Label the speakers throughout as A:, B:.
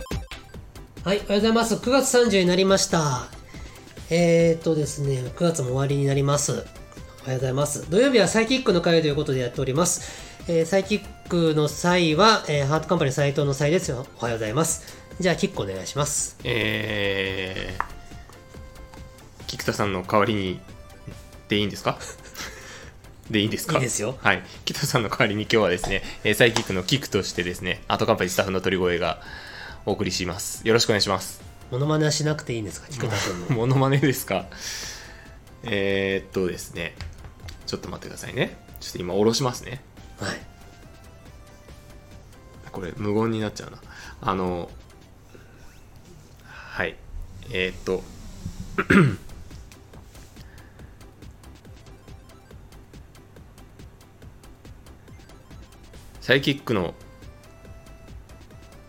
A: はい、おはようございます。9月30になりました。えー、っとですね、9月も終わりになります。おはようございます。土曜日はサイキックの会ということでやっております。えーサイキックの際は、えーハートカンパニー斉藤の際ですよ。おはようございます。じゃあ、キックお願いします。
B: えー、菊田さんの代わりに、でいい んですかでいいんですか
A: いいですよ
B: はい。菊田さんの代わりに今日はですね、えーサイキックのキクとしてですね、アートカンパニースタッフの鳥越がお送りします。よろしくお願いします。
A: モノマネはしなくていいんですか、菊田君の。
B: モノマネですかえー、っとですね、ちょっと待ってくださいね。ちょっと今、下ろしますね。
A: はい。
B: これ無言になっちゃうなあのはいえーっと サイキックの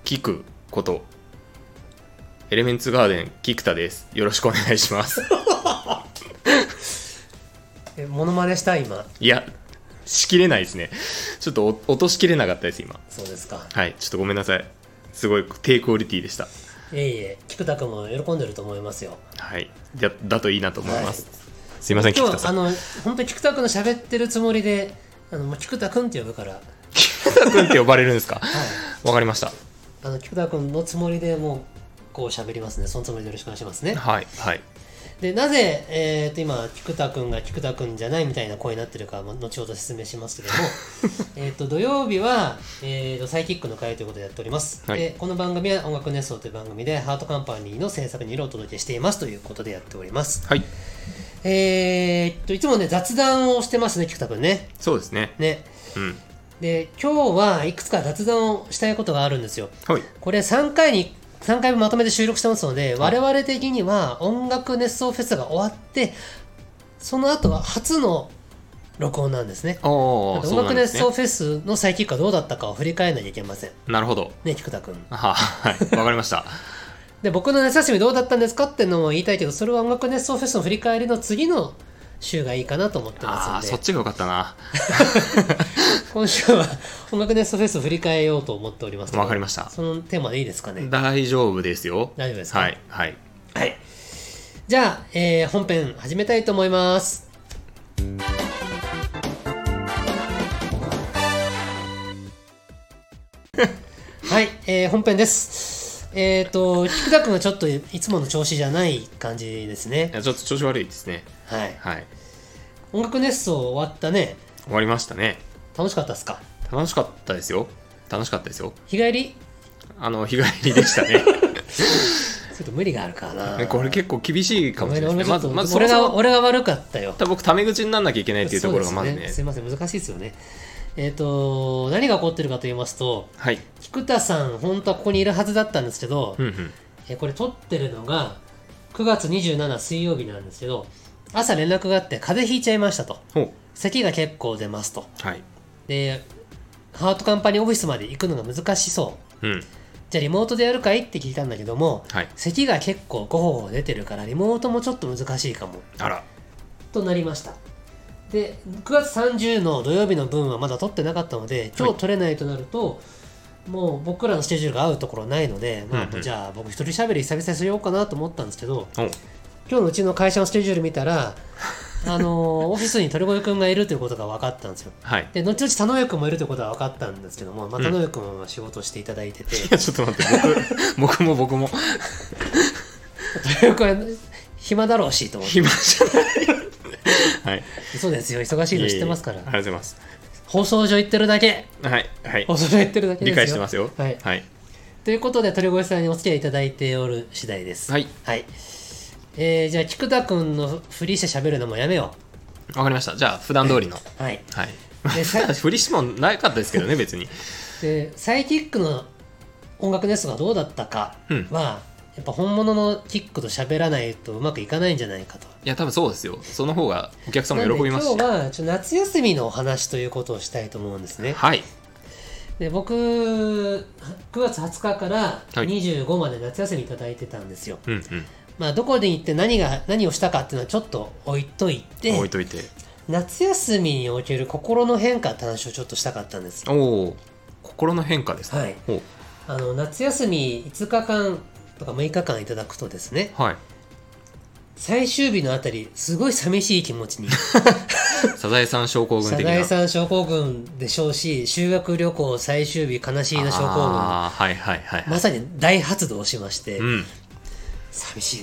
B: キクことエレメンツガーデン菊田ですよろしくお願いします
A: え、モノマネした今。
B: いやしきれないですねちょっとお落としきれなかったです今
A: そうですか。
B: はいちょっとごめんなさいすごい低クオリティでした
A: いえいえ、菊田君も喜んでると思いますよ。
B: はい、だだといいなと思います。すいません、
A: 今
B: 菊田
A: 日、
B: さ
A: あ
B: ん。
A: の、本当に菊田君の喋ってるつもりで、あの、もう菊田君って呼ぶから、はい。
B: 菊田君って呼ばれるんですか。わかりました。
A: あの菊田君のつもりでもうこう喋りますねそのつもりでよろしくお願いしますね
B: はい、はい。
A: でなぜ、えー、と今菊田君が菊田君じゃないみたいな声になってるかも後ほど説明しますけ どもえーと土曜日は、えー、とサイキックの会ということでやっております、
B: はい
A: でこの番組は「音楽熱奏」という番組でハートカンパニーの制作に色をお届けしていますということでやっております
B: はい。
A: えー、といつもね雑談をしてますね菊田君ね
B: そうですね。
A: ね
B: うん。
A: で今日はいくつか雑談をしたいことがあるんですよ
B: はい。
A: これ3回に3回分まとめて収録してますので、我々的には音楽熱奏フェスが終わってその後は初の録音なんですねな
B: おお、
A: んで音
B: そうな
A: 楽
B: んで
A: 熱
B: す
A: 奏
B: ね。
A: フェスのサイキックはどうだったかを振り返らなきゃいけません
B: なるほど。
A: ね菊田君
B: あはい、わかり ました。
A: で僕の夏休みどうだったんですかってのも言いたいけどそれは音楽熱奏フェスの振り返りの次の週がいいかなと思って
B: あ
A: ま
B: あ、
A: す
B: そ
A: ん
B: っ
A: で
B: ちが良かったな。
A: 今週は音楽熱奏フェスを振り返ようと思っております
B: わかりました
A: そのテーマでいいですかね
B: 大丈夫ですよ。
A: 大丈夫ですか
B: はい、はい。
A: はい。じゃあ、えー本編始めたいと思い ます。はい、えー本編です。えっ、と、菊田君はちょっといつもの調子じゃない感じです
B: い
A: ね。
B: やちょっと調子悪いですね。
A: はい。
B: はい。
A: 音楽熱奏終わったね。
B: 終わりましたね。
A: 楽しかったですか
B: 楽しかったですよ。楽しかったですよ。
A: 日帰り
B: あの、日帰りでした
A: ちょ
B: ね。
A: っと無 理があるからな。
B: これ結構厳しいかもしれないですね。まず、
A: ま
B: まず、
A: ず、俺
B: そもそ
A: が、
B: も
A: 俺が悪かったよ。
B: 僕、タメ口にならなきゃいけないっていうところがまず
A: そうで
B: ね
A: す。すいません、難しいですよね。えっ、と、何が起こってるかと言いますと、
B: はい。
A: 菊田さん、本当はここにいるはずだったんですけど、
B: うんうん。
A: えこれ撮ってるのが、9月27水曜日なんですけど、朝連絡があって、風邪ひいちゃいましたと。
B: ほ
A: 咳が結構出ますと。
B: う。はい。
A: で、ハートカンパニーオフィスまで行くのが難しそう。
B: うん。
A: じゃあリモートでやるかいって聞いたんだけども、
B: はい。
A: 咳が結構ごほごほ出てるから、リモートもちょっと難しいかも。
B: あら。
A: となりましたで9月30の土曜日の分はまだ取ってなかったので今日取れないとなると、もう僕らのスケジュールが合うところはないので、まあ
B: うんうん
A: じゃあ僕一人喋り久々にしようかなと思ったんですけど
B: お
A: 今日のうちの会社のスケジュール見た らあのーオフィスに鳥越くんがいるということが分かったんですよ
B: はい。
A: で後々田上くんもいるということは分かったんですけども、まあ、
B: う
A: 田
B: ん
A: 上くんは仕事をしていただいて て、
B: いや、ちょっと待って、 僕、僕も僕も、
A: 鳥越くんは暇だろうしと思って
B: 暇じゃ ない。はい。
A: そうですよ忙しいの知ってますか
B: い
A: ら
B: えいえありがとうございます。
A: 放送上行ってるだけ
B: はい。はい。
A: 放送上行ってるだけですよ
B: 理解してますよ。
A: はい
B: はい。
A: ということで鳥越さんにお付き合いいただいておる次第です
B: はい。
A: はい、えー、じゃあ菊田君のふりして喋るのもやめよ
B: わかりました。じゃあ、普段通りの。
A: うはい
B: はい。
A: でさ
B: 振りしてもなかったですけ どね、別に。
A: でサイキックの音楽ですがどうだったか
B: うん
A: は、やっぱ本物のキックと喋らないとうまくいかないんじゃないかと
B: いや、多分そうですよ。その方がお客さん
A: なん
B: も
A: で
B: 喜びますし
A: 今。日はちょっと夏休みのお話ということをしたいと思うんですね
B: はい。
A: で僕9月20日から
B: はい
A: 25まで夏休みいただいてたんですよ、
B: うんうん。
A: まあどこで行って何が何をしたかっていうのはちょっと置いといて
B: 置いといて。
A: 夏休みにおける心の変化って話をちょっとしたかったんです。
B: おお。心の変化ですか。
A: はい
B: ほう
A: あの夏休み5日間とか6日間いただくとですね、
B: はい。
A: 最終日のあたり、すごい寂しい気持ちに、
B: サザエさん症候群
A: サ
B: 的
A: ザエ
B: な。
A: さん症候群でしょうし、修学旅行最終日悲しいな症候
B: ああ、はいはいはい。
A: 群、まさに大発動しまして、
B: うん。
A: 寂しい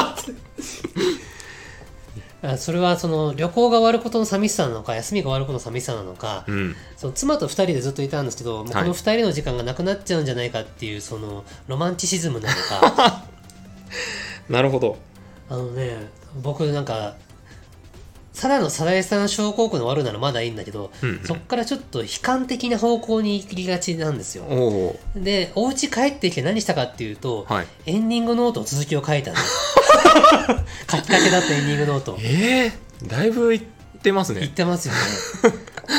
A: な あそれはその旅行が終わることの寂しさなのか休みが終わることの寂しさなのか、
B: うん。
A: その妻と2人でずっといたんですけど、もうこ
B: はい
A: の2人の時間がなくなっちゃうんじゃないかっていうそのロマンチシズムなの か
B: なるほど。
A: あのね僕なんかただのサザエさん症候群の終わるならまだいいんだけど、
B: うんうん
A: そこからちょっと悲観的な方向に行きがちなんですよ
B: おお
A: でお家帰ってきて何したかっていうと、
B: ー。はい。
A: エンディングノートの続きを書 いたの書きかけだったエンディングノート
B: ええだいぶいってます
A: 言っ
B: ね。
A: てますよ ね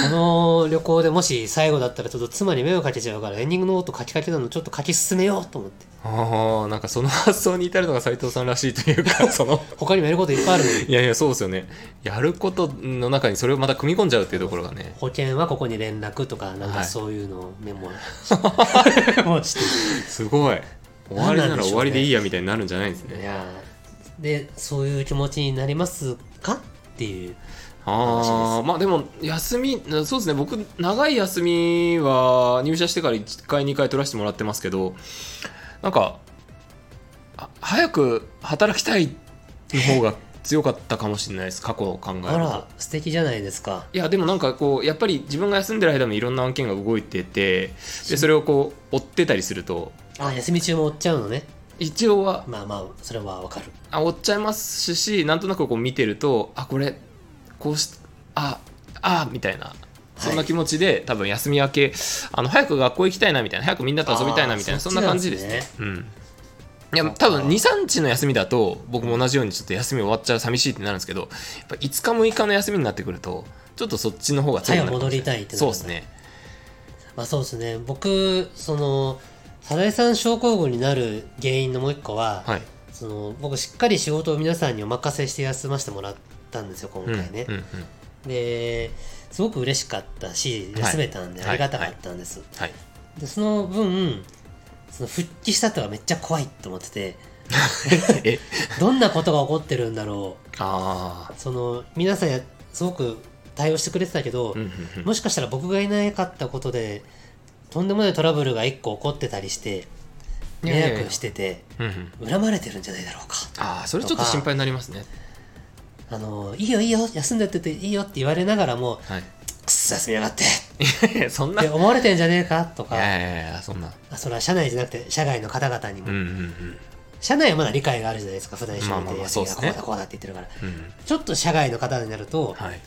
A: この旅行でもし最後だったらちょっと妻に迷惑かけちゃうからエンディングノート書きかけなのちょっと書き進めようと思って
B: ああ、なんかその発想に至るのが斉藤さんらしいというか、 その。
A: 他にもやることいっぱいあるの に
B: いやいや、そうですよね。やることの中にそれをまた組み込んじゃうっていうところがね。
A: 保険はここに連絡とかなん
B: は
A: か
B: い
A: そういうのをメモ、もうして
B: すごい。終わりなら終わりでいいやみたいになるんじゃないん で
A: い
B: すね。
A: やーでそういう気持ちになりますかっていう
B: ああ、まあでも、休み、そうですね、僕、長い休みは入社してから1回、2回取らせてもらってますけど、なんか、あ早く働きたいの方が強かったかもしれないです、過去を考える
A: あ
B: と
A: ら。素敵じゃないですか
B: いやでもなんかこうやっぱり自分が休んでる間もいろんな案件が動いててでそれをこう追ってたりすると
A: あ休み中も追っちゃうのね
B: 一応は
A: まあまあそれはわかる
B: あ追っちゃいますしなんとなくこう見てるとあこれこうしああみたいなそんな気持ちで、多分休み明けあの早く学校行きたいなみたいな早くみんなと遊びたいなみたいな
A: あー
B: そんな感じですね。うんいや
A: そっか
B: 多分23日の休みだと僕も同じようにちょっと休み終わっちゃう寂しいってなるんですけどやっぱ5日6日の休みになってくるとちょっとそっちの方が強くなるかもしれ
A: 早く戻り
B: な
A: たいってなる
B: そうですね
A: まあそうですね僕そのサザエさん症候群になる原因のもう一個は、
B: はい
A: その僕しっかり仕事を皆さんにお任せして休ませてもらったんですよ今回ね、
B: うんうんうん、
A: ですごく嬉しかったし
B: はい
A: 休めたんで
B: はい
A: ありがたかったんです、
B: はい
A: でその分その復帰したとはめっちゃ怖いと思ってて
B: え
A: どんなことが起こってるんだろ
B: あ
A: うその皆さんやすごく対応してくれてたけど、
B: あ、うんうんうん
A: もしかしたら僕がいなかったことでとんでもないトラブルが1個起こってたりして
B: いやいやい
A: 迷
B: や
A: 惑してて
B: うんうん
A: 恨まれてるんじゃないだろうか
B: ああそれちょっと心配になりますね
A: あのいいよいいよ休んでってていいよって言われながらも
B: はい
A: くっそ休みやがってっ
B: いや そんない
A: て
B: や
A: 思われてんじゃねえかと
B: い
A: か
B: やいやそんな
A: あそれは社内じゃなくて社外の方々にも、
B: うんうんうん
A: 社内はまだ理解があるじゃないですか普段一緒にい
B: まあまあ
A: て
B: まあ
A: 休みが
B: そ
A: こ
B: うですね
A: うだこうだって言ってるから、
B: うん
A: ちょっと社外の方になると
B: はい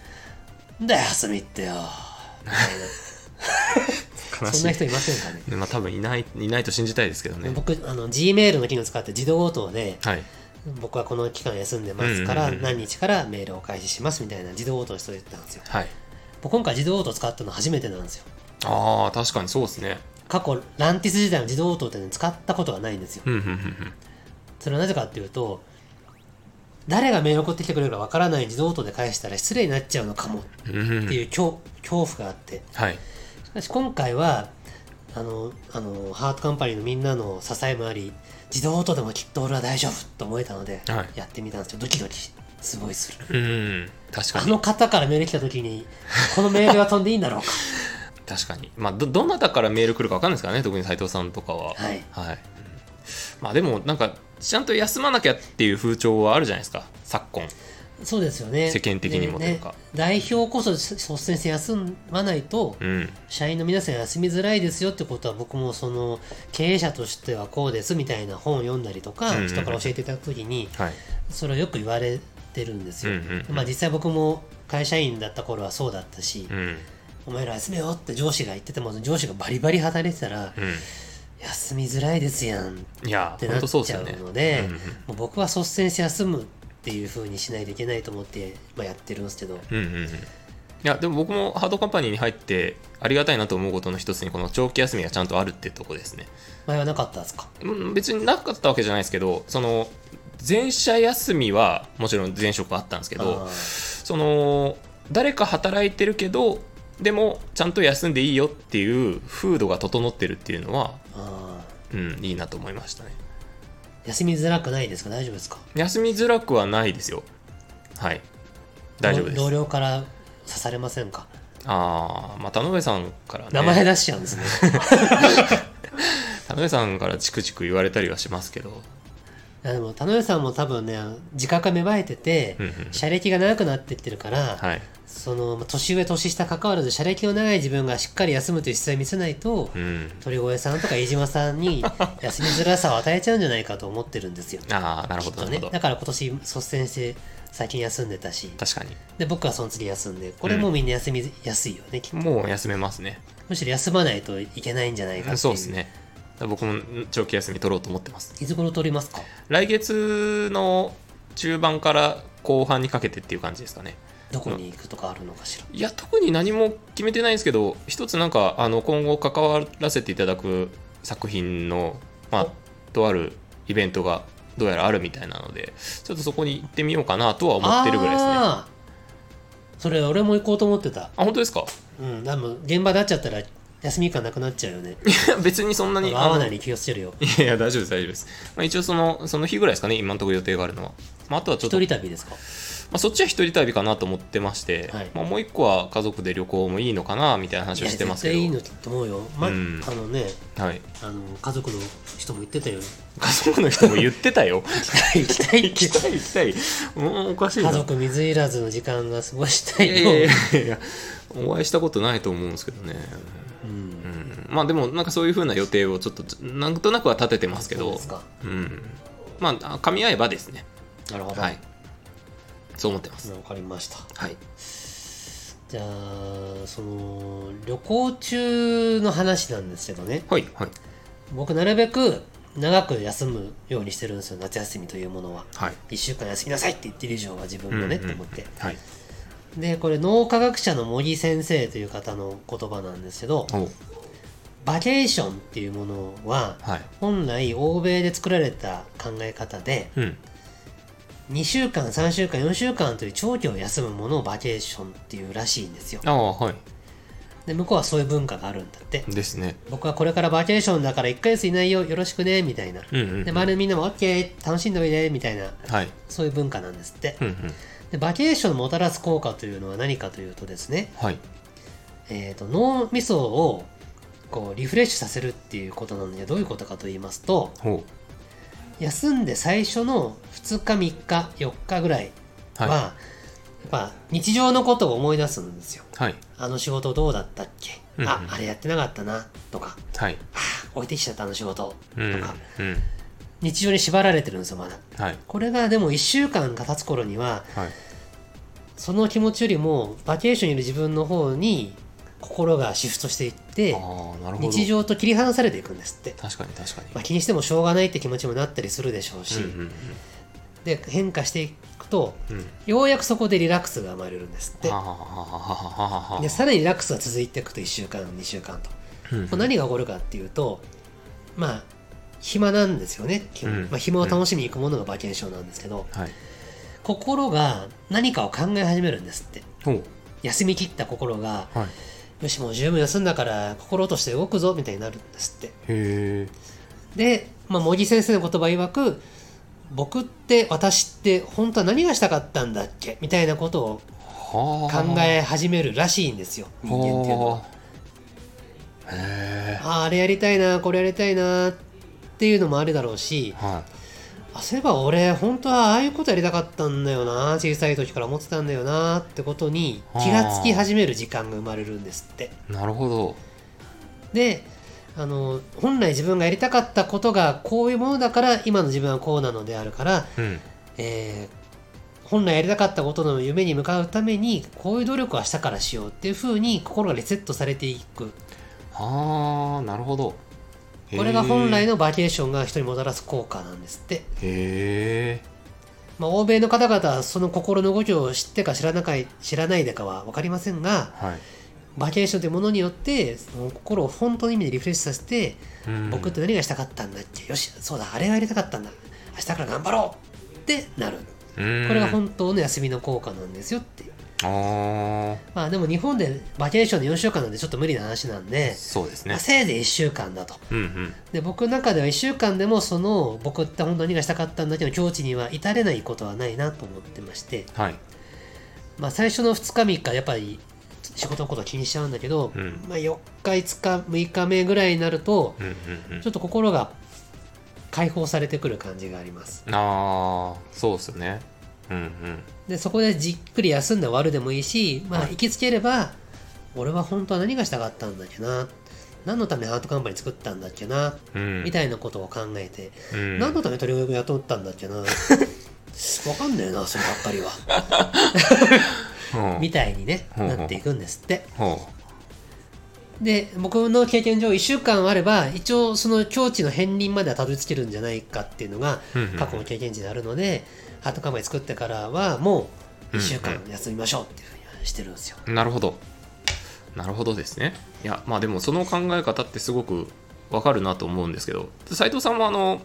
A: 「なんだよ休みってよ」み たいなそ
B: 悲
A: ん
B: し
A: ない人いませんかね
B: まあ多分いないいないと信じたいですけどね
A: 僕あの G メールの機能使って自動応答で、
B: はい
A: 僕はこの期間休んでますから、
B: うんうんうん
A: 何日からメールを開始しますみたいな自動応答しておいてたんですよ。
B: はい
A: 僕今回自動応答使ったの初めてなんですよ。
B: ああ確かにそうですね
A: 過去、ランティス時代の自動応答っていうの使ったことがないんですよ。
B: うんうんうん
A: それはなぜかっていうと、誰がメール送ってきてくれるかわからない自動応答で返したら失礼になっちゃうのかもっ
B: うんうんう
A: て
B: ん
A: いう恐,、恐怖があって。
B: はい
A: しかし今回は、あの、あの、ハートカンパニーのみんなの支えもあり、自動応答でもきっと俺は大丈夫と思えたので、
B: はい
A: やってみたんですよ。ドキドキ、すごいする。
B: うん確か
A: あ
B: に
A: の方からメール来た時に、このメールが飛んでいいんだろうか。
B: 確かにまあどどなたからメール来るか分かんないですからね特に斉藤さんとかは
A: はい
B: うんまあでもなんかちゃんと休まなきゃっていう風潮はあるじゃないですか昨今
A: そうですよね。
B: 世間的にもというか
A: ね代表こそ率先して休まないと、
B: うん
A: 社員の皆さん休みづらいですよってことは、僕もその、経営者としてはこうですみたいな本を読んだりと
B: うんうん
A: か、人から教えていただく時に、
B: はい
A: それをよく言われてるんですよ
B: うんうんう。ん
A: まあ実際僕も会社員だった頃はそうだったし
B: う、ん
A: お前ら休めよって上司が言ってても、上司がバリバリ働いてたら、
B: うん
A: 休みづらいですやん
B: いや
A: ってな
B: 本
A: っ
B: 当そうで
A: ち
B: す
A: ゃ
B: よ
A: う
B: ね
A: ので、
B: うんうん
A: もう僕は率先して休むっていう風にしないといけないと思って、まあ、やってるんですけど、
B: うんうんうんいやでも僕もハードカンパニーに入ってありがたいなと思うことの一つにこの長期休みがちゃんとあるってとこですね
A: 前はなかったですか
B: うん別になかったわけじゃないですけどその前社休みはもちろん前職はあったんですけど
A: あー
B: その誰か働いてるけどでもちゃんと休んでいいよっていう風土が整ってるっていうのは、
A: あ
B: うん、いいなと思いましたね
A: 休みづらくないですか大丈夫ですか
B: 休みづらくはないですよはい大丈夫です
A: 同僚から刺されませんか
B: ああまあ田辺さんからね
A: 名前出しちゃうんですね
B: 田辺さんからチクチク言われたりはしますけど
A: いやでも田辺さんも多分ね自覚が芽生えてて
B: うんうん
A: 社歴が長くなってってるから、
B: はい
A: そのまあ年上年下関わらず社歴の長い自分がしっかり休むという姿勢を見せないと、
B: うん
A: 鳥越さんとか飯島さんに休みづらさを与えちゃうんじゃないかと思ってるんですよ。
B: ああなるほど
A: きっと
B: なる
A: ね
B: ほど
A: だから今年率先して最近休んでたし
B: 確かに
A: で僕はその次休んでこれもうみんな休みやすいよね、きっと
B: もう休めますね
A: むしろ休まないといけないんじゃないかっていう
B: そうですね僕も長期休み取ろうと思ってます
A: いつ頃取りますか
B: 来月の中盤から後半にかけてっていう感じですかね
A: どこに行くとかあるのかしら、
B: いや特に何も決めてないんですけど一つなんかあの今後関わらせていただく作品の、まあ、とあるイベントがどうやらあるみたいなのでちょっとそこに行ってみようかなとは思ってるぐらいですね
A: あ
B: あ
A: ーそれ俺も行こうと思ってた
B: 本当ですか
A: うんでも現場になっちゃったら休み感なくなっちゃうよね
B: 別にそんなに
A: 合わない
B: あの
A: に気をつけるよ
B: いやいや大丈夫です大丈夫です、まあ、一応そのその日ぐらいですかね今のところ予定があるのは、まあ、あとはちょ
A: 一
B: っと
A: 人旅ですか
B: まあ、そっちは一人旅かなと思ってまして、
A: はい
B: まあ、もう一個は家族で旅行もいいのかなみたいな話をしてますけど
A: いや絶対いいのと思うよ、ま
B: うん
A: あのね
B: はい、
A: あの家族の人も言ってたよ
B: 家族の人も言ってたよ
A: 行きたい
B: 行きたい行きたいうんおかしいな
A: 家族水いらずの時間が過ごした
B: い
A: い
B: や
A: の
B: いやいやいやお会いしたことないと思うんですけどね、
A: うん
B: うん、まあでもなんかそういうふうな予定をちょっとなんとなくは立ててますけ
A: そう
B: ど
A: ですか
B: うんまあ噛み合えばですね
A: なるほど、
B: はいそう思ってます
A: わかりました
B: はい
A: じゃあその旅行中の話なんですけどね
B: はいはい
A: 僕なるべく長く休むようにしてるんですよ夏休みというものは
B: はい
A: 1週間休みなさいって言ってる以上は自分もね、
B: うんうん
A: と思って
B: はい
A: でこれ脳科学者の茂木先生という方の言葉なんですけど
B: お
A: バケーションっていうものは
B: はい
A: 本来欧米で作られた考え方で
B: うん
A: 2週間3週間4週間という長期を休むものをバケーションっていうらしいんですよ
B: ああはい
A: で向こうはそういう文化があるんだって
B: ですね
A: 僕はこれからバケーションだから1ヶ月いないよよろしくねみたいな
B: うんうん、うん、
A: で周りのみんなも OK 楽しんでおいでみたいな
B: はい
A: そういう文化なんですって
B: うんうん
A: でバケーションのもたらす効果というのは何かというとですね、
B: はい
A: えー、と脳みそをこうリフレッシュさせるっていうことなんでどういうことかと言いますと
B: ほ
A: 休んで最初の2日3日4日ぐらいうは、
B: はい
A: やっぱ日常のことを思い出すんですよ
B: はい
A: あの仕事どうだったっけ、
B: うんうん
A: ああれやってなかったなとか
B: はい
A: あ置いてきちゃったあの仕事
B: うんうん
A: 日常に縛られてるんですよまだ
B: はい
A: これがでも1週間が経つ頃には
B: はい
A: その気持ちよりもバケーションにいる自分の方に心がシフトしていっ
B: あ
A: て
B: あなるほど
A: 日常と切り離されていくんですって、
B: 確かに確かに、
A: まあ、気にしてもしょうがないって気持ちもなったりするでしょうし、
B: うんうん
A: で変化していくと
B: うんうん
A: ようやくそこでリラックスが生まれるんですって
B: はあはあはあはあはあ
A: でさらにリラックスが続いていくと1週間2週間と
B: うんうん
A: こう何が起こるかっていうとまあ暇なんですよね、基本
B: うん
A: まあ、暇を楽しみに行くものがバケーションなんですけど
B: はい
A: 心が何かを考え始めるんですって
B: ほう
A: 休み切った心が
B: はい
A: よしもう十分休んだから心として動くぞみたいになるんですって
B: へえ
A: で、まあ、茂木先生の言葉曰く僕って私って本当は何がしたかったんだっけみたいなことを
B: はあ
A: 考え始めるらしいんですよ人間っていうのは。
B: はあへ
A: あーあれやりたいなこれやりたいなっていうのもあるだろうし
B: えは
A: あそういえば俺本当はああいうことやりたかったんだよな小さい時から思ってたんだよなってことに気がつき始める時間が生まれるんですって。
B: いなるほど
A: であの本来自分がやりたかったことがこういうものだから今の自分はこうなのであるから、
B: うん
A: えー本来やりたかったことの夢に向かうためにこういう努力は明日からしようっていうふうに心がリセットされていく
B: はあなるほどへえ
A: これが本来のバケーションが人にもたらす効果なんですって、
B: へえ
A: まあ、欧米の方々はその心の動きを知ってか知らなかい知らないでかは分かりませんが
B: はい
A: バケーションというものによってその心を本当の意味でリフレッシュさせて
B: うん
A: 僕って何がしたかったんだっけよしそうだあれがやりたかったんだ明日から頑張ろうってなる
B: うん
A: これが本当の休みの効果なんですよっていう
B: あああ
A: まあでも日本でバケーションで4週間なんでちょっと無理な話なんで、
B: そうです
A: ま
B: ね
A: あ、せいぜい1週間だと。
B: うんうん
A: で僕の中では1週間でもその僕って本当は何がしたかったんだけど境地には至れないことはないなと思ってまして、
B: はい
A: まあ、最初の2日3日やっぱり仕事のこと気にしちゃうんだけど、
B: うん
A: まあ、4日5日6日目ぐらいになると
B: うんうん
A: ちょっと心が解放されてくる感じがあります
B: うんああそうですよねうんうん
A: でそこでじっくり休んで終わるでもいいし、まあ、
B: はい
A: 行きつければ俺は本当は何がしたかったんだっけな何のためハートカンパニー作ったんだっけな
B: うん
A: みたいなことを考えて
B: うん
A: 何のため鳥を雇ったんだっ けなわかんねえなそればっかりは
B: うん
A: みたいにね
B: うん
A: なっていくんですって
B: ほ
A: で僕の経験上1週間あれば一応その境地の片鱗まではたどり着けるんじゃないかっていうのが
B: ううんうん
A: 過去の経験値であるのでハートカンパニー作ってからはもう1週間休みましょうっていうふうにしてるんですよ
B: なるほど。なるほどですね。いや、まあでもその考え方ってすごくわかるなと思うんですけど、斉藤さんもあの、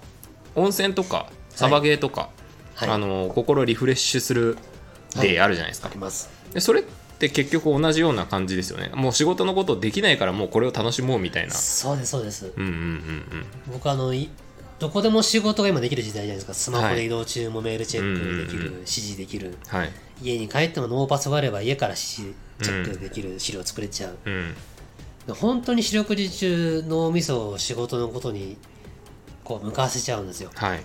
B: 温泉とか、サバゲーとか、
A: はい
B: あ
A: あ
B: の、心リフレッシュする
A: は
B: で
A: い
B: あるじゃないですか、
A: ります
B: で。それって結局同じような感じですよね。もう仕事のことできないからもうこれを楽しもうみたいな。
A: そうですそうです
B: うんうんうん
A: 僕あのいどこでも仕事が今できる時代じゃないですかスマホ
B: は
A: で
B: い
A: 移動中もメールチェックでき
B: うんうんう
A: る
B: ん
A: 指示できる
B: うん。はい。
A: 家に帰ってもノーパスがあれば家から指示チェックできる資料作れちゃう
B: うん。
A: 本当に四六時中脳みそを仕事のことにこう向かわせちゃうんですよ
B: はい。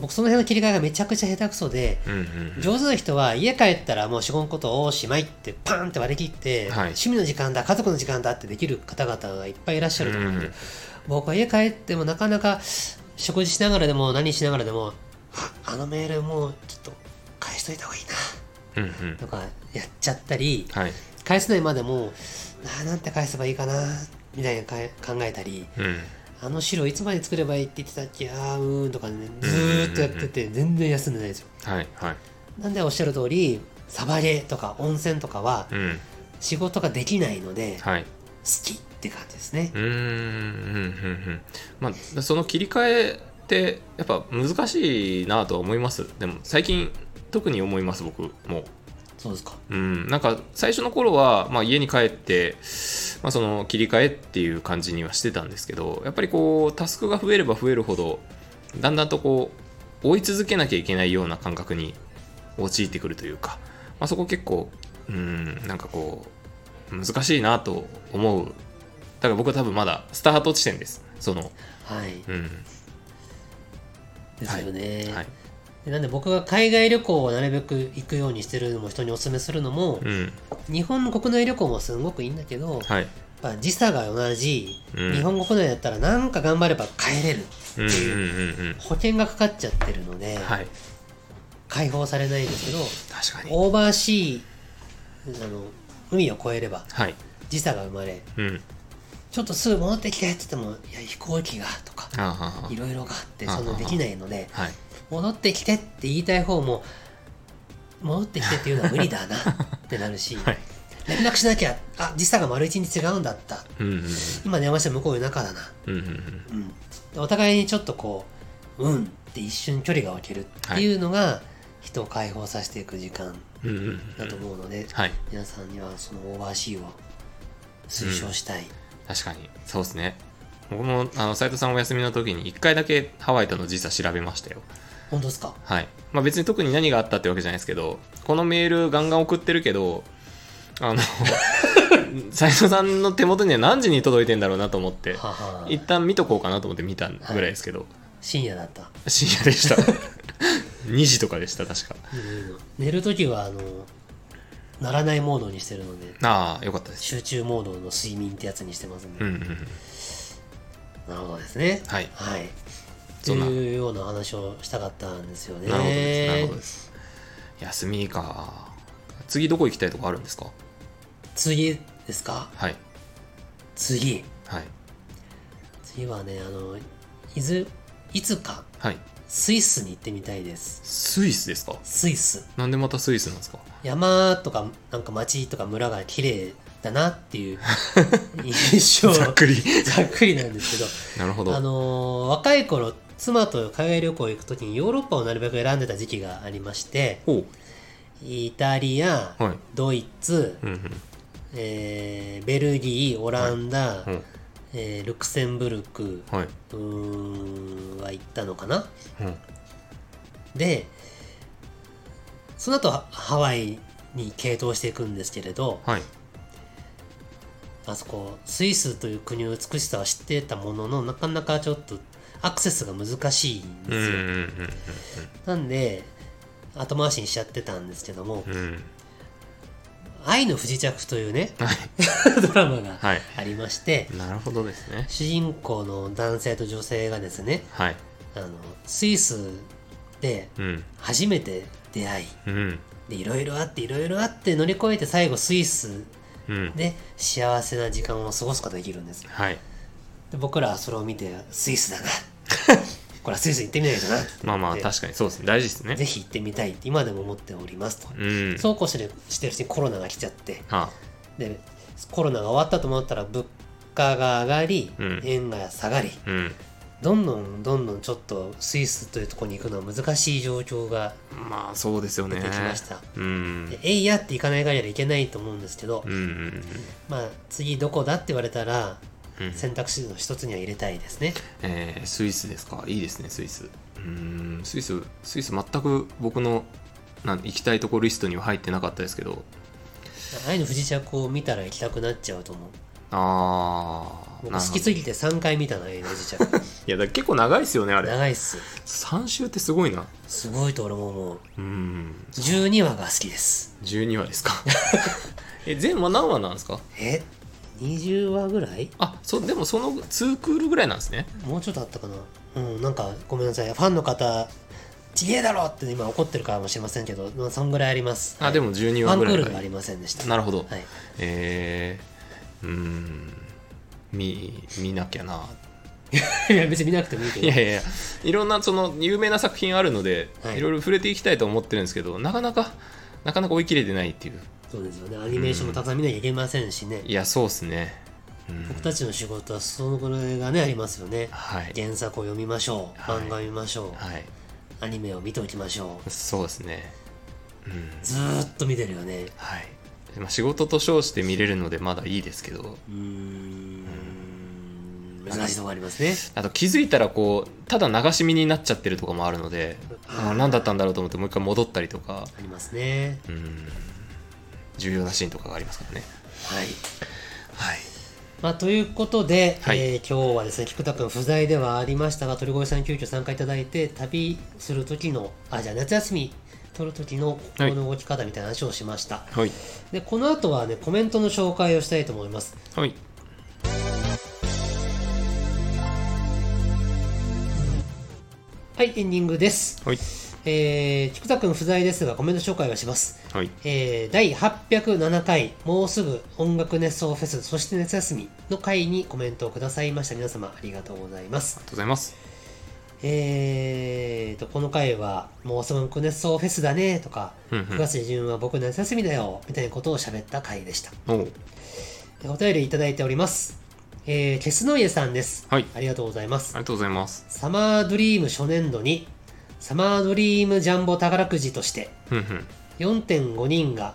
A: 僕その辺の切り替えがめちゃくちゃ下手くそで
B: うんうん
A: 上手な人は家帰ったらもう仕事のことをおしまいってパーンって割り切って、
B: はい
A: 趣味の時間だ家族の時間だってできる方々がいっぱいいらっしゃると思うんで、
B: うん
A: 僕は家帰ってもなかなか食事しながらでも何しながらでもああのメールもうちょっと返しといた方がいい
B: うん。うんうん
A: なとかやっちゃったり
B: はい。
A: 返せないまでもあーなんて返せばいいかなみたいなかえ考えたり
B: うん。
A: あの資料いつまで作ればいいって言ってたっけあーうーんとかねずーっとやってて全然休んでないですよ
B: はい。はい。
A: なんでおっしゃる通りサバゲーとか温泉とかは
B: うん。
A: 仕事ができないので好
B: はい。
A: きって感じですね
B: うーんうんうんうんまあその切り替えってやっぱ難しいなとは思いますでも最近特に思います僕も
A: そうですか
B: うんなんか最初の頃は、まあ、家に帰って、まあ、その切り替えっていう感じにはしてたんですけどやっぱりこうタスクが増えれば増えるほどだんだんとこう追い続けなきゃいけないような感覚に陥ってくるというか、まあ、そこ結構うんなんかこう難しいなと思うだから僕は多分まだスタート地点ですその
A: はい
B: うん
A: ですよね、
B: はい
A: でなんで僕が海外旅行をなるべく行くようにしてるのも人にお勧めするのも
B: うん
A: 日本の国内旅行もすごくいいんだけど
B: はい
A: やっぱ時差が同じ、
B: うん
A: 日本国内だったらなんか頑張れば帰れる
B: うんうんうんうん
A: 保険がかかっちゃってるので、
B: はい
A: 解放されないんですけど
B: 確かに
A: オーバーシーあの海を越えれば
B: はい
A: 時差が生まれ
B: うん
A: ちょっとすぐ戻ってきてって言ってもいや飛行機がとか
B: ああ
A: いろいろがあって
B: あ
A: そのできないので
B: はい
A: 戻ってきてって言いたい方も戻ってきてっていうのは無理だ なってなるし、
B: はい
A: 連絡しなきゃあ時差が丸一日違うんだった
B: うんうん
A: 今電話して向こう夜中だな
B: うんうんうん
A: うん、お互いにちょっとこう「うん」って一瞬距離が置けるっていうのが人を解放させていく時間
B: うんうんうん
A: だと思うので、
B: はい
A: 皆さんにはそのオーバーシーを推奨したい、
B: 確かにそうですね僕もあの斉藤さんお休みの時に1回だけハワイとの時差調べましたよ
A: 本当ですか
B: はい、まあ、別に特に何があったってわけじゃないですけどこのメールガンガン送ってるけどあの斉藤さんの手元には何時に届いてんだろうなと思って
A: はは
B: 一旦見とこうかなと思って見たぐらいですけど、
A: 深夜だった
B: 深夜でした2時とかでした確か
A: 寝る時はあのならないモードにしてるので
B: ああよかったです
A: 集中モードの睡眠ってやつにしてますんで、
B: うんうん
A: なるほどですね
B: はい
A: はいと
B: そんな
A: いうような話をしたかったんですよね
B: なるほどですなるほどです休みか次どこ行きたいとかあるんですか
A: 次ですか
B: はい
A: 次
B: はい
A: 次はねあのいずいつか
B: はい
A: スイスに行ってみたいです
B: スイスですか
A: スイス
B: なんでまたスイスなんですか
A: 山とかなんか町とか村が綺麗だなって いう印象
B: ざっくり
A: ざっくりなんです
B: なるほ
A: けどあ
B: ど
A: のー若い頃妻と海外旅行行く時にヨーロッパをなるべく選んでた時期がありまして
B: ほう
A: イタリア、
B: はい
A: ドイツ、
B: うんうん
A: えーベルギー、オランダ、
B: うん
A: えールクセンブルク
B: はいう
A: ーんは行ったのかな
B: うん
A: でその後はハワイに傾倒していくんですけれど
B: はい
A: あそこスイスという国の美しさは知ってたもののなかなかちょっとアクセスが難しいん
B: うん
A: で
B: うん
A: すよ、なんで後回しにしちゃってたんですけども
B: うんうんうん
A: 「愛の不時着」というね
B: は
A: ドラマが
B: はい
A: ありまして、
B: いなるほどですね
A: 主人公の男性と女性がですね
B: はい
A: あのスイスで
B: うん
A: 初めて出会い
B: うん
A: でいろいろあっていろいろあって乗り越えて最後スイス
B: うん
A: で幸せな時間を過ごすことができるんです
B: はい
A: で僕らはそれを見てスイス だなこれはスイス行ってみないとな
B: まあまあ
A: で
B: 確かにそうですね大事です
A: ぜ
B: ね
A: ひ行ってみたいって今でも思っておりますと、
B: うん
A: そうこうしてるしてるうちにコロナが来ちゃって
B: は
A: でコロナが終わったと思ったら物価が上がり、
B: うん
A: 円が下がり
B: あうん
A: どんどんどんどんちょっとスイスというところに行くのは難しい状況が
B: まあそうですよね
A: 出てきました
B: うん
A: でえいやって行かない限りはいけないと思うんですけど、
B: うんうん
A: まあ次どこだって言われたら
B: うん
A: 選択肢の一つには入れたい ですね、
B: えースイスですかいいですねスイスうーんスイススイス全く僕のなん行きたいとこリストには入ってなかったですけど
A: 愛の不時着を見たら行きたくなっちゃうと思う
B: ああ
A: 僕好きすぎて3回見たな愛の不時着
B: いやだから結構長いですよねあれ
A: 長いっす
B: 3週ってすごいな
A: すごいと俺も思う
B: うん
A: 12話が好きです
B: 12 話ですかえ全話何話なんですか
A: え20話ぐらい
B: あそうでもその2クールぐらいなんですね
A: もうちょっとあったかなうんなんかごめんなさいファンの方ちげえだろって今怒ってるかもしれませんけどまあそんぐらいあります
B: あで
A: も
B: も12
A: ワ
B: 話
A: ンク
B: ぐら
A: ー
B: い
A: ル
B: が
A: がありませんでした
B: なるほど、
A: はい
B: えー、うーん見見なきゃない
A: や別に見なくてもいいけ
B: い
A: ど
B: やいやいやいろんなその有名な作品あるので、
A: はい
B: い、ろいろ触れていきたいと思ってるんですけどなかなかなかなか追い切れてないっていう
A: そうですよねアニメーションもたくさん見なきゃいけませんしね
B: いやそうですね、うん
A: 僕たちの仕事はそのぐらいがねありますよね
B: はい
A: 原作を読みましょう
B: はい
A: 漫画を見ましょう、
B: はい
A: アニメを見ておきましょう
B: そうですねうん
A: ずーっと見てるよね
B: はい、まあ、仕事と称して見れるのでまだいいですけど
A: うーん難しいとこありますね
B: あと気づいたらこうただ流し見になっちゃってるとかもあるのであー何だったんだろうと思ってもう一回戻ったりとか
A: ありますね
B: うん重要なシーンとかがありますからね
A: はい
B: はい
A: まあ、ということで、
B: はい
A: えー今日はですね菊田君不在ではありましたが鳥越さん急遽参加いただいて旅する時のあじゃあ夏休み取る時の心の動き方みたいな話をしました、
B: はい
A: でこの後はねコメントの紹介をしたいと思います
B: はい
A: はいエンディングです
B: はい
A: えー、菊田君不在ですがコメント紹介はします
B: はい
A: えー第807回「もうすぐ音楽熱奏フェスそして夏休み」の回にコメントをくださいました皆様ありがとうございます
B: ありがとうございます
A: えーとこの回は「もうすぐ音楽熱奏フェスだね」とか
B: うんう
A: 「9
B: ん
A: 月下旬は僕夏休みだよ」みたいなことを喋った回でした
B: おう
A: でお便りいただいておりますえー、ケスノイエさんです
B: はい
A: ありがとうございます
B: ありがとうございます
A: サマードリーム初年度にサマードリームジャンボ宝くじとして
B: うんうん
A: 4.5人が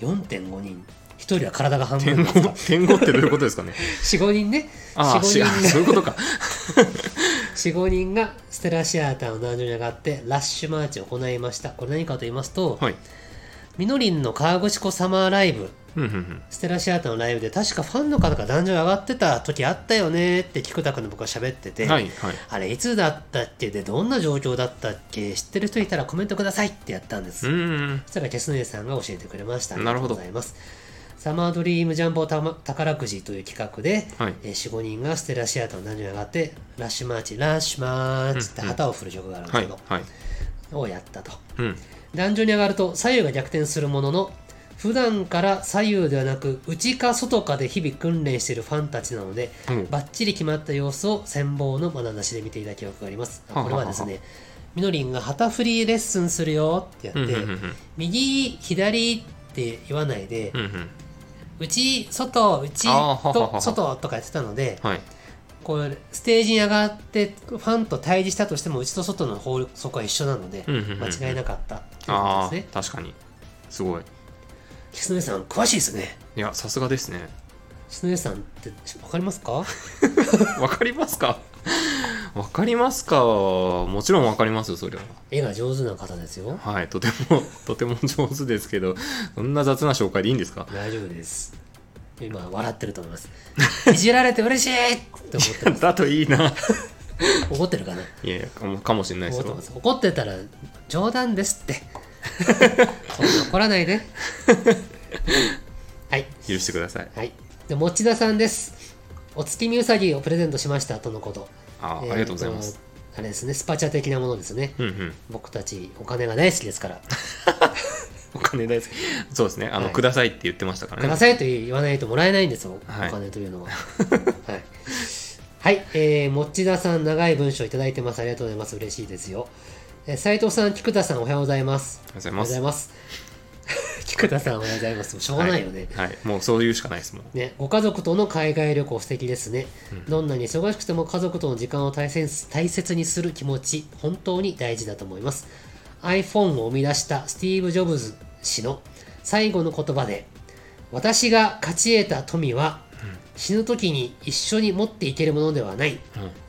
A: 4.5人1人は体が半
B: 天
A: 分
B: 狗 天狗ってどういうことですかね
A: 45人ね
B: ああしあそうい
A: 45
B: うこと か
A: 人が ,45 人がステラシアターの壇上に上がってラッシュマーチを行いましたこれ何かと言いますと、
B: はい
A: みのりんの河口湖サマーライブ
B: うんうんうん
A: ステラシアターのライブで確かファンの方が壇上に上がってた時あったよねって菊田君の僕は喋ってて、
B: はいはい
A: あれいつだったっけでどんな状況だったっけ知ってる人いたらコメントくださいってやったんです
B: うーん
A: そしたらケスネさんが教えてくれました。
B: なるほど
A: ありがとうございます。サマードリームジャンボた、ま、宝くじという企画で、
B: はい
A: えー4、5人がステラシアターの何に上がって、ラッシュマーチ、ラッシュマーチって
B: うんうん
A: 旗を振る曲があるんだ
B: は
A: け
B: い
A: ど、
B: はい
A: をやったと。
B: うん
A: 壇上に上がると左右が逆転するものの、普段から左右ではなく、内か外かで日々訓練しているファンたちなので、
B: おう
A: バッチリ決まった様子を羨望の眼差しで見ていた記憶があります。あこれはですね、みのりんが旗振りレッスンするよってやって、
B: うんうんうんうん
A: 右左って言わないで、
B: うんうん
A: 内外内
B: あーははは
A: と
B: は
A: 外とかやってたので
B: はい
A: こうステージに上がってファンと対峙したとしてもうちと外の方向は一緒なので
B: うんうんうんうん
A: 間違いなかったということ
B: あ
A: ですね
B: あ確かにすごい
A: キスノエさん詳しいですね
B: いやさすがですね
A: キスノエさんってわかりますか
B: わかりますか わかりますかはもちろんわかりますよそれは
A: 絵が上手な方ですよ
B: はいとても とても上手ですけどそんな雑な紹介でいいんですか
A: 大丈夫です今笑ってると思いますいじられて嬉しいって思ってます
B: だといいな
A: 怒ってるかない
B: やいやかもかもしれないです
A: 怒って
B: よ
A: ます怒ってたら冗談です ってそんな怒らないではい
B: 許してください
A: はい。で、持田さんです。お月見うさぎをプレゼントしましたとのこと。
B: あー、
A: えー
B: ありがとうございます。
A: あれですね、スパチャ的なものですね。
B: うんうん
A: 僕たちお金が大好きですから、
B: お金大好きそうですねあの、
A: はい
B: くださいって言ってましたから
A: く
B: ね
A: ださいと言わないともらえないんですよ、
B: はい
A: お金という のは。はい。はい、えー、持田さん、長い文章いただいてます。ありがとうございます。嬉しいですよ。えー、斉藤さん、菊田さん、おはようございます。
B: ありがとう
A: お
B: ご
A: はようご
B: ざ
A: ざい
B: いま
A: ます。 菊田さん、おはようございます。もうしょう
B: す
A: がないよね。
B: はい、はいもうそういうしかないですもん
A: ね、ご家族との海外旅行素敵ですね、どんなに忙しくても家族との時間を大切大切にする気持ち本当に大事だと思います iPhone を生み出したスティーブ・ジョブズ氏の最後の言葉で私が勝ち得た富は、死ぬ時に一緒に持っていけるものではない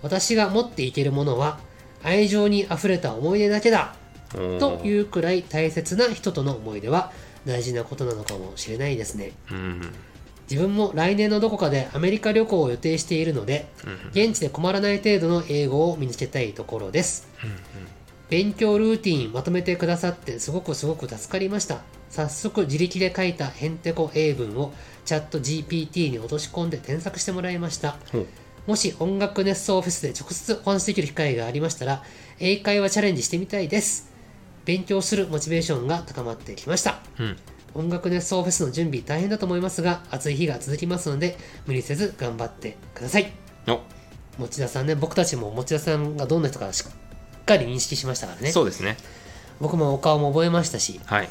A: 私が持っていけるものは愛情にあふれた思い出だけだ
B: うん、
A: と
B: う、
A: いうくらい大切な人との思い出は大事なことなのかもしれないですね
B: うん、
A: 自分も来年のどこかでアメリカ旅行を予定しているので、現地で困らない程度の英語を身につけたいところです。勉強ルーティンまとめてくださってすごくすごく助かりました。早速自力で書いたヘンテコ英文をチャット GPT に落とし込んで添削してもらいました。
B: ほう
A: もし音楽熱奏フェスで直接お話しできる機会がありましたら、英会話チャレンジしてみたいです。勉強するモチベーションが高まってきました。
B: うん、
A: 音楽熱奏フェスの準備大変だと思いますが暑い日が続きますので無理せず頑張ってください
B: お
A: 持田さんね僕たちも持田さんがどんな人かしっかり認識しましたからね
B: そうですね
A: 僕もお顔も覚えましたし
B: はい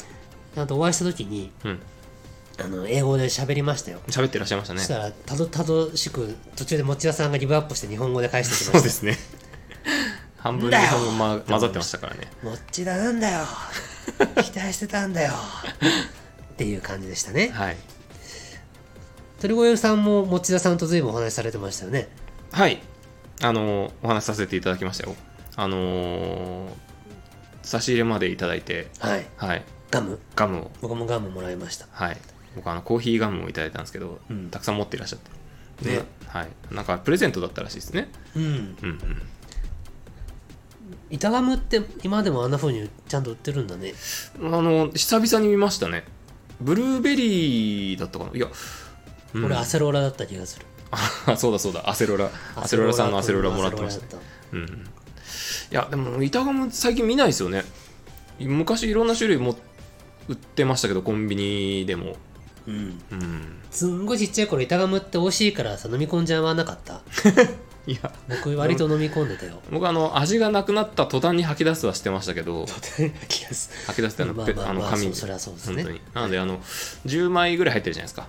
A: あとお会いした時に
B: うん
A: あの英語で喋りましたよ、
B: 喋ってらっしゃいましたね
A: そしたらたどたどしく途中で持田さんがギブアップして日本語で返してき
B: そ
A: ま
B: うで
A: し
B: すね半分日本語、ま、混ざってましたからね
A: た持田なんだよ 期待してたんだよっていう感じでしたね
B: はい
A: 鳥越さんも持田さんと随分お話しされてましたよね
B: はいあのお話しさせていただきましたよあのー差し入れまでいただいて
A: はい
B: はい
A: ガム
B: ガムを
A: 僕もガムもらいました
B: はい僕あのコーヒーガムをいただいたんですけど、
A: うん
B: たくさん持っていらっしゃって
A: ね
B: ねはいなんかプレゼントだったらしいですね
A: うん
B: うんうん
A: 板ガムって今でもあんな風にちゃんと売ってるんだね
B: あの久々に見ましたねブルーベリーだったかないや、うん
A: 俺アセロラだった気がする
B: あそうだそうだアセロラアセロラさんのアセロラもらってましたね
A: アセロラだっ
B: うんうんいやでも板ガム最近見ないですよね昔いろんな種類も売ってましたけどコンビニでも
A: たうん
B: うん
A: すんごいちっちゃい頃板ガムって美味しいからさ飲み込んじゃわなかった
B: いや
A: 僕割と飲み込んで たよ
B: 僕あの味がなくなった途端に吐き出すはしてましたけど
A: 気がす
B: 吐き出すってあの,
A: まあ
B: ペ、
A: まあ
B: あの
A: まあ
B: 紙
A: そ
B: に
A: うそれはそうです
B: 本
A: ね
B: 当になのであの10枚ぐらい入ってるじゃないですか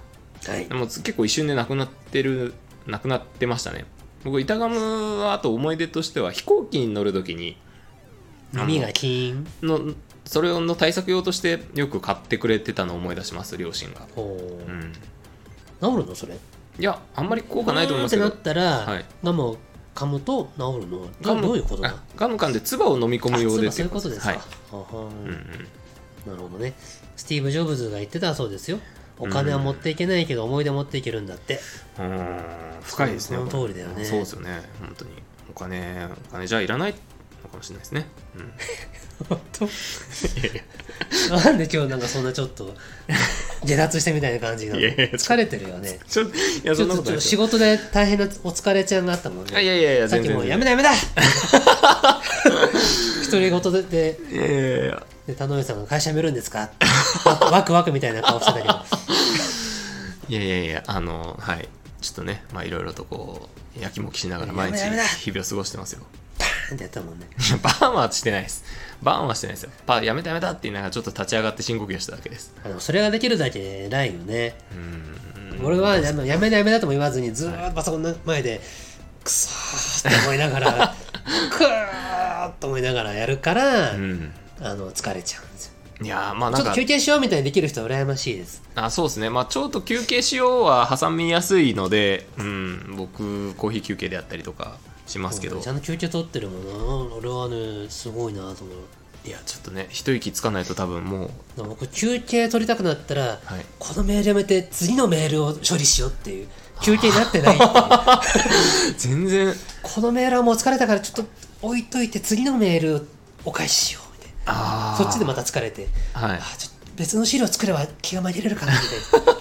A: るはい
B: でも結構一瞬でなくなってるなくなってましたね僕板ガムはあと思い出としては飛行機に乗る時にあの
A: 耳がキーン
B: のそれの対策用としてよく買ってくれてたのを思い出します両親が、
A: おお
B: う
A: ー
B: ん、
A: 治るのそれ
B: いやあんまり効果ないと思いますけ
A: うーん
B: ど
A: ってなった
B: は
A: ら
B: い
A: ガムを噛むと治るのどどういうことだ
B: あガム噛んで唾を飲み込む
A: あ
B: よう
A: そう
B: で
A: かそういうことですか
B: はい
A: はは
B: うんうん
A: なるほどね。スティーブ・ジョブズが言ってたそうですよ。お金は持っていけないけど思い出持っていけるんだって。
B: うーん深いですね
A: その通りだよね
B: そうですよね本当にお金お金じゃいらないのかもしれないですね、うん、
A: なんで今日なんかそんなちょっと下脱したみたいな感じなの
B: いやいや
A: 疲れてるよね。
B: ちょいや
A: ち
B: そ
A: ょ
B: ん
A: っ
B: な
A: と
B: こ
A: ちょっと
B: とないです
A: 仕
B: よ
A: 事で大変なお疲れちゃんがあったもん
B: あい
A: ね。
B: やいやいや
A: さっ
B: 全
A: き
B: 然
A: もうや
B: 全
A: めだ
B: 然
A: やめだ独り言でで、
B: いやいやいや
A: で田上さんが会社辞めるんですか ワクワクワクみたいな顔してた けど。
B: いやいやいや、あの、はい。ちょっとね、まあいろいろとこう、やきもきしながら
A: やめ
B: 毎
A: ろ
B: 日
A: やめろ、
B: 日々を過ごしてますよ。
A: なんてやったもんね。
B: いやバーンはしてないです。バーンはしてないですよ。パーやめたやめたって言いながらちょっと立ち上がって深呼吸しただけです。
A: あのそれができるだけ偉いよね。
B: うーん。
A: 俺はあのやめだやめだとも言わずにずーっとパソコンの前でくそーって思いながら くーっと思いながらやるから、
B: うん、
A: あの疲れちゃうんですよ
B: いやーまあ
A: ちょっ
B: なん
A: と
B: か
A: 休憩しようみたいにできる人は羨ましいです
B: あそうですねまあちょっと休憩しようは挟みやすいので、うん、僕コーヒー休憩であったりとかしますけど、
A: ちゃんと休憩取ってるもんな俺はねすごいなと思う
B: いやちょっとね一息つかないと多分もう
A: でも僕休憩取りたくなったら、
B: はい
A: このメールやめて次のメールを処理しようっていう休憩になってないっていう
B: 全然
A: このメールはもう疲れたからちょっと置いといて次のメールをお返ししようみたいな
B: あー
A: そっちでまた疲れて
B: はい
A: あーちょっと別の資料作れば気が紛れるかなみたいな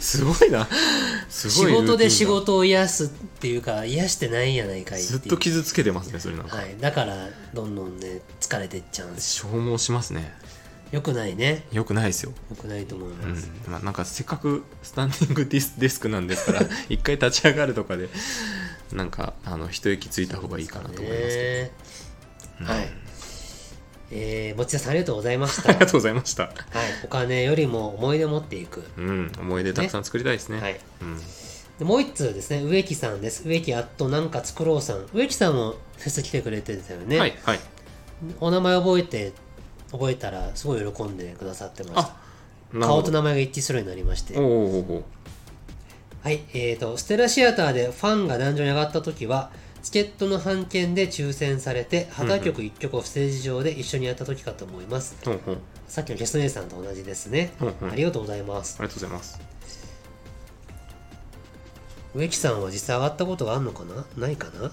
B: すごいな す
A: 仕
B: ごいルーティンだ
A: 事で仕事を癒すっていうか癒してないんやないかいってい
B: ず
A: う
B: っと傷つけてますねそれなんか、
A: はい、だからどんどんね疲れてっちゃうんです
B: 消耗しますね
A: よくないね
B: よくないですよ
A: よくないと思いうます、
B: んまあ、なんかせっかくスタンディングディスデスクなんで すから一回立ち上がるとかでなんかあの一息ついた方がいいかなと思いますけ
A: ね
B: ど、うん
A: はいえー、持田さんありがとうございました、
B: あ り
A: はい
B: がとうございました、
A: お金よりも思い出を持っていく、
B: うん、思い出たくさん作りたいですね
A: はい、
B: うん、
A: でもう一通ですね植木さんです植木あっとなんか作ろうさん植木さんもフェス来てくれてたよね、
B: はいはい
A: お名前覚えて覚えたらすごい喜んでくださってまし
B: あ
A: た
B: なる
A: 顔
B: ほ
A: と
B: ど
A: 名前が一致するようになりまして
B: おおおうおう
A: はい、えー、と、ステラシアターでファンが壇上に上がった時は、チケットの半券で抽選されて、旗曲1曲をステージ上で一緒にやった時かと思います。
B: ほうほう
A: さっきのゲスト姉さんと同じですね。
B: うんうん
A: ありがとうございます
B: あ。りがとうございます
A: 植木さんは実際上がったことがあるのかなないかな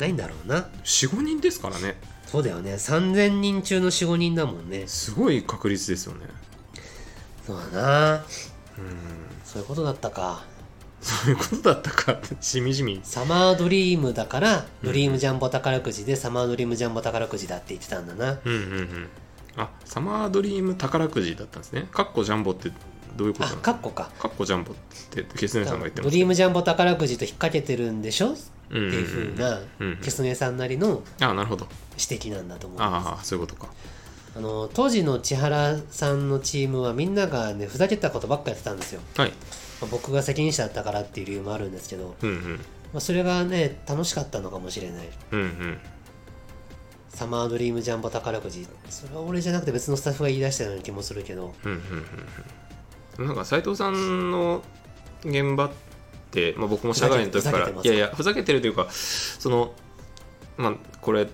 A: ないんだろうな。
B: 45人ですからね
A: そうだよね。3000人中の4、5人だもんね。
B: すごい確率ですよね
A: そうだな。
B: うん
A: そういうことだったか。
B: そういうことだったかってしみじみ
A: サマードリームだから、ドリームジャンボ宝くじで、サマードリームジャンボ宝くじだって言ってたんだな。
B: うんうんうんあサマードリーム宝くじだったんですねカッコジャンボってどういうこと
A: あ
B: なの、
A: カッコか。
B: カッコジャンボってケスネさんが言ってま
A: ド
B: した
A: リームジャンボ宝くじと引っ掛けてるんでしょって
B: うんうんうん
A: いうふうな
B: うんうん
A: ケスネさんなりの
B: あなるほど
A: 指摘なんだと思うあ
B: ああそういうことか
A: の当時の千原さんのチームはみんながねふざけたことばっかやってたんですよ、
B: はい
A: まあ僕が責任者だったからっていう理由もあるんですけど、
B: うんうん
A: まあ、それがね楽しかったのかもしれない
B: うんうん
A: サマードリームジャンボ宝くじそれは俺じゃなくて別のスタッフが言い出したような気もするけど
B: うんうんうんなんか斉藤さんの現場って、まあ、僕も社会の時から
A: ふざけてます
B: いやいやふざけてるというかそのまあこれ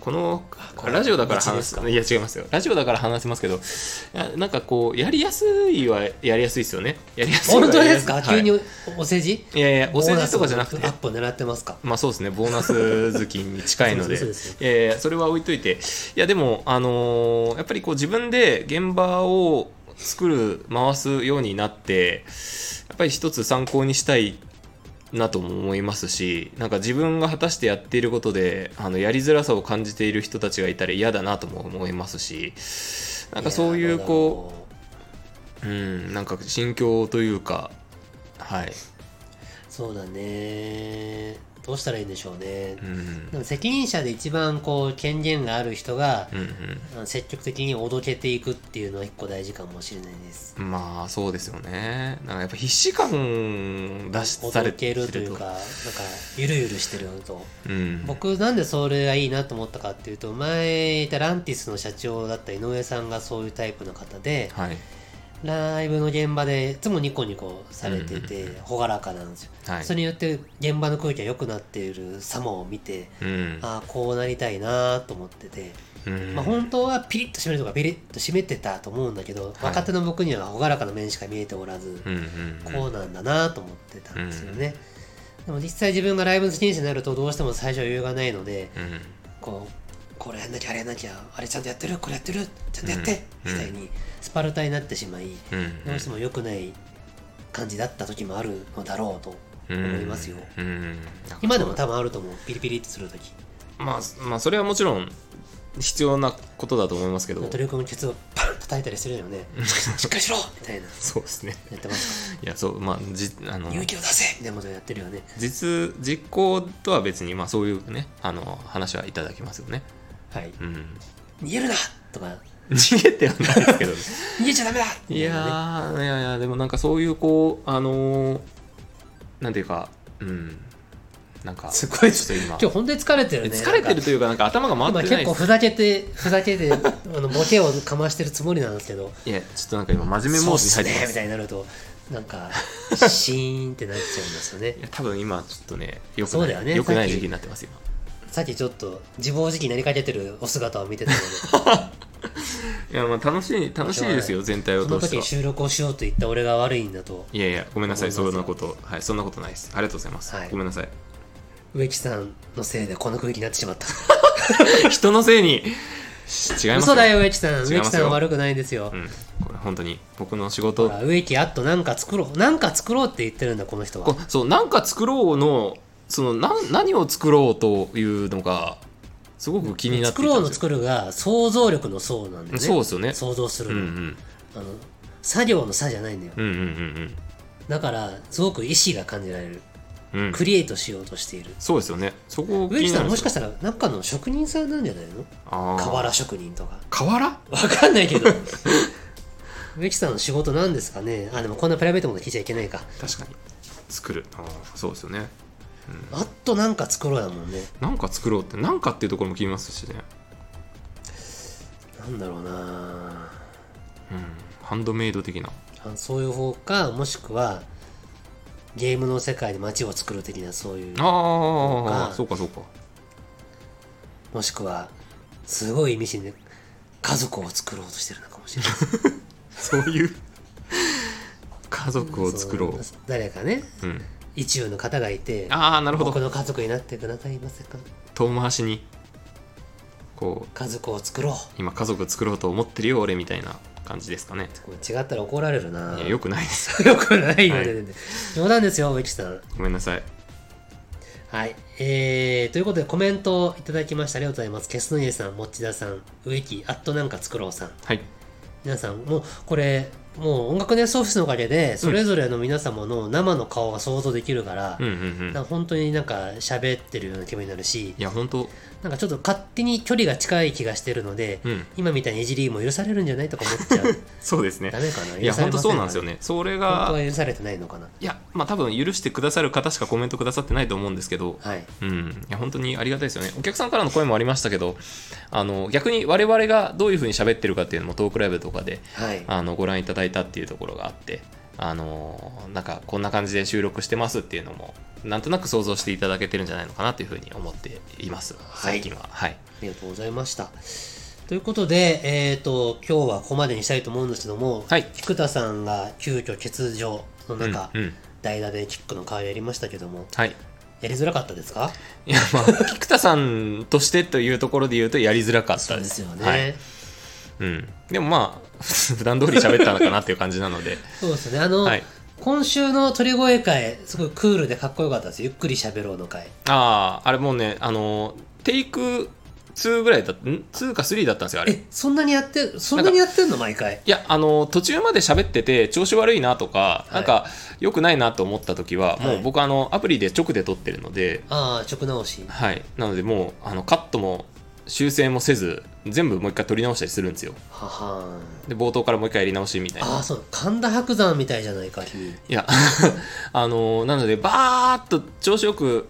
B: この
A: あこれ
B: ラジオだから話
A: 道
B: すいや違いますよラジオだから話せますけどいやなんかこうやりやすいはやりやすいですよねやりやすいは
A: 本当
B: やり
A: で
B: や
A: す
B: い
A: か、
B: はい
A: 急におお世辞
B: いやいやお世辞とかじゃなく
A: ボーナス
B: て
A: のアップ狙ってますか
B: まあそうですね、ボーナス好きに近いので、
A: そうですそう
B: えーそれは置いといて、いや、でも、あのーやっぱりこう自分で現場を作る、回すようになって、やっぱり一つ参考にしたいなとも思いますし、なんか自分が果たしてやっていることで、あのやりづらさを感じている人たちがいたら嫌だなとも思いますし、なんかそういう、こ
A: う
B: う、うん、なんか心境というか、はい。
A: そうだねどうしたらいいんでしょうね
B: う、ん
A: でも責任者で一番こう権限がある人が
B: う、んうん
A: あの積極的におどけていくっていうのは一個大事かもしれないです
B: まあそうですよね。なんかやっぱ必死感出し
A: お
B: さ
A: ど
B: れ
A: け
B: て
A: るというかなんかゆるゆるしてるのと
B: うん、
A: 僕なんでそれがいいなと思ったかっていうと前いたランティスの社長だった井上さんがそういうタイプの方で
B: はい
A: ライブの現場でいつもニコニコされて
B: うん
A: て
B: うん
A: 朗らかなんですよ、
B: はい。
A: それによって現場の空気が良くなっている様を見て
B: うん、
A: ああこうなりたいなと思ってて、
B: うん、
A: まあ、本当はピリッと締めるとかピリッと締めてたと思うんだけど、若手の僕には朗らかな面しか見えておらず、
B: うんうん
A: こうなんだなと思ってたんですよね、でも実際自分がライブの責任者になるとどうしても最初は余裕がないので
B: うん、
A: こうこれやんなきゃあれやんなきゃあれちゃんとやってるこれやってるちゃんとやって、
B: うん
A: みたいにスパルタになってしまい
B: うんうん、
A: どうしても良くない感じだった時もあるのだろうと思いますよ、
B: うんうん、
A: 今でも多分あると思うピリピリってする時
B: まあまあそれはもちろん必要なことだと思いますけど。
A: 取り組むケツをパンと叩いたりするよねしっかりしろみたいな
B: そうですね。
A: やってます
B: いやそうまあじあの
A: か勇気を出せみたいなことやってるよね
B: 実実行とは別にまあそういうねあの話はいただきますよね。
A: はい
B: うん、
A: 逃げるなとか
B: 逃げてはないですけどね。
A: 逃げちゃダメだ
B: いやーいやいやでもなんかそういうこうあのーなんていうかうんなんか
A: すごい
B: ちょっと今
A: 今日本当に疲れてるね
B: 疲れてるというかなんか頭が回
A: なんか
B: って
A: 今
B: ない
A: 結構ふざけてふざけてあのボケをかましてるつもりなんですけど
B: いやちょっとなんか今真面目
A: そ
B: モ
A: うっ
B: ー
A: す
B: ドに入
A: ね
B: ってま
A: み
B: す
A: たいになるとなんか シーンってなっちゃうんですよね
B: いや多分今ちょっとねよく
A: そうだ
B: な
A: よ
B: い、
A: ね
B: よく
A: さ
B: な
A: っ
B: い
A: き
B: 時期になってます今
A: さっきちょっと自暴自棄になりかけてるお姿を見てたので
B: いやまあ楽しい楽しいですよ 全体を
A: その
B: 通し
A: 時
B: て
A: に
B: は
A: 収録をしようと言った俺が悪いんだと
B: いやいやごめんなさい
A: 思
B: そ
A: います
B: んなことはいそんなことないですありがとうございます、
A: はい
B: ごめんなさい
A: 植木さんのせいでこの空気になってしまった
B: 人のせいにし違います
A: 嘘だよ植木さん
B: ます
A: 植
B: よ
A: 木さんは悪くないんですよ、
B: うんこれ本当に僕の仕
A: ほ
B: 事
A: ら植木あっとなんか作ろうなんか作ろうって言ってるんだこの人は
B: こそうなんか作ろうのそのなん何を作ろうというのがすごく気になって
A: 作
B: いた
A: ろうんの
B: ですよ
A: 作るが想像力の層なんでね
B: そうですよね
A: 想像する
B: うん
A: の、
B: うん
A: あの作業の差じゃないんだよ
B: うんうんうん
A: だからすごく意志が感じられる
B: うんうん
A: クリエイトしようとしている
B: そうですよねそこを気
A: 植木
B: に
A: さ
B: なる
A: ん
B: ん
A: も
B: で
A: し
B: す
A: かし
B: よ
A: たらなんかの職人さんなんじゃないの
B: あー
A: 瓦職人とか
B: 瓦
A: わかんないけど植木さんの仕事なんですかねあでもこんなプライベートも聞いちゃいけないか
B: 確かに作るあーそうですよね
A: あっとなんか作ろうだもんね
B: なんか作ろうってなんかっていうところも気になりますしね、
A: なんだろうな
B: うん、ハンドメイド的な
A: あそういう方かもしくはゲームの世界で街を作る的なそういう
B: あ
A: か
B: あそうかそうか
A: もしくはすごい意味深で家族を作ろうとしてるのかもしれない
B: そういう家族を作ろう
A: そ誰かね
B: うん、
A: 一応の方がいて
B: ああなるほ
A: 僕
B: ど
A: の家族になってくださいませか
B: 遠回しにこう
A: 家族を作ろう
B: 今家族作ろうと思ってるよ俺みたいな感じですかね
A: これ違ったら怒られるない
B: やよくないで す
A: よくないよね、
B: はい
A: 冗談ですよ植木さん
B: ごめんなさい
A: はいえー、ということでコメントをいただきましたありがとうございますケスノイエさんもっちださん植木あっとなんか作ろうさん
B: はい
A: 皆さんもうこれもう音楽ネストオフィスのおかげでそれぞれの皆様の生の顔が想像できるから、
B: うんうんう
A: なん
B: ん
A: か本当になんか喋ってるような気分になるし
B: いや本当
A: なんかちょっと勝手に距離が近い気がしてるので、
B: うん
A: 今みたいにいじりも許されるんじゃないとか思っち ゃう
B: そうです
A: ダ
B: ね
A: メかない
B: や本当そうなんですよ
A: ね
B: ねそれ
A: 本当
B: が
A: は許されてないのかない
B: やまあ多分許してくださる方しかコメントくださってないと思うんですけど
A: はい
B: うん、いや本当にありがたいですよね。お客さんからの声もありましたけど、あの逆に我々がどういうふうに喋ってるかっていうのもトークライブとかで
A: はい
B: あのご覧いただいたっていうところがあって、あのなんかこんな感じで収録してますっていうのも、なんとなく想像していただけてるんじゃないのかなというふうに思っています、
A: はい
B: 最近は。はい、
A: ありがとうございました。ということで、えっ、と、今日はここまでにしたいと思うんですけども、
B: はい
A: 菊田さんが急遽欠場の中、
B: うんうん
A: 代打でキックの代わりやりましたけども、
B: はい。
A: やりづらかったですか
B: いや、まあ、菊田さんとしてというところで言うと、やりづらかったです。
A: よね、
B: はいうん、でもまあ、 普段通り喋ったのかなっていう感じなので、
A: そうですね。あの、
B: はい。
A: 今週の鳥越会、すごいクールでかっこよかったです。ゆっくり喋ろうの会。
B: ああ、あれもうね、あの、テイク2ぐらいだった、ん ?2 か3だったんですよ、あれ。
A: え、そんなにやって、そんなにやってんの毎回。
B: いや、あの、途中まで喋ってて、調子悪いなとか、
A: い
B: なんか、良くないなと思った時は、
A: はい
B: もう僕、あの、アプリで直で撮ってるので、
A: ああ、直直し。
B: はい。なので、もう、あの、カットも、修正もせず、全部もう一回撮り直したりするんですよ。
A: ははん。
B: で、冒頭からもう一回やり直しみたいな。
A: ああ、そう。神田伯山みたいじゃないか、君。
B: いや、 あのなので、バーっと調子よく、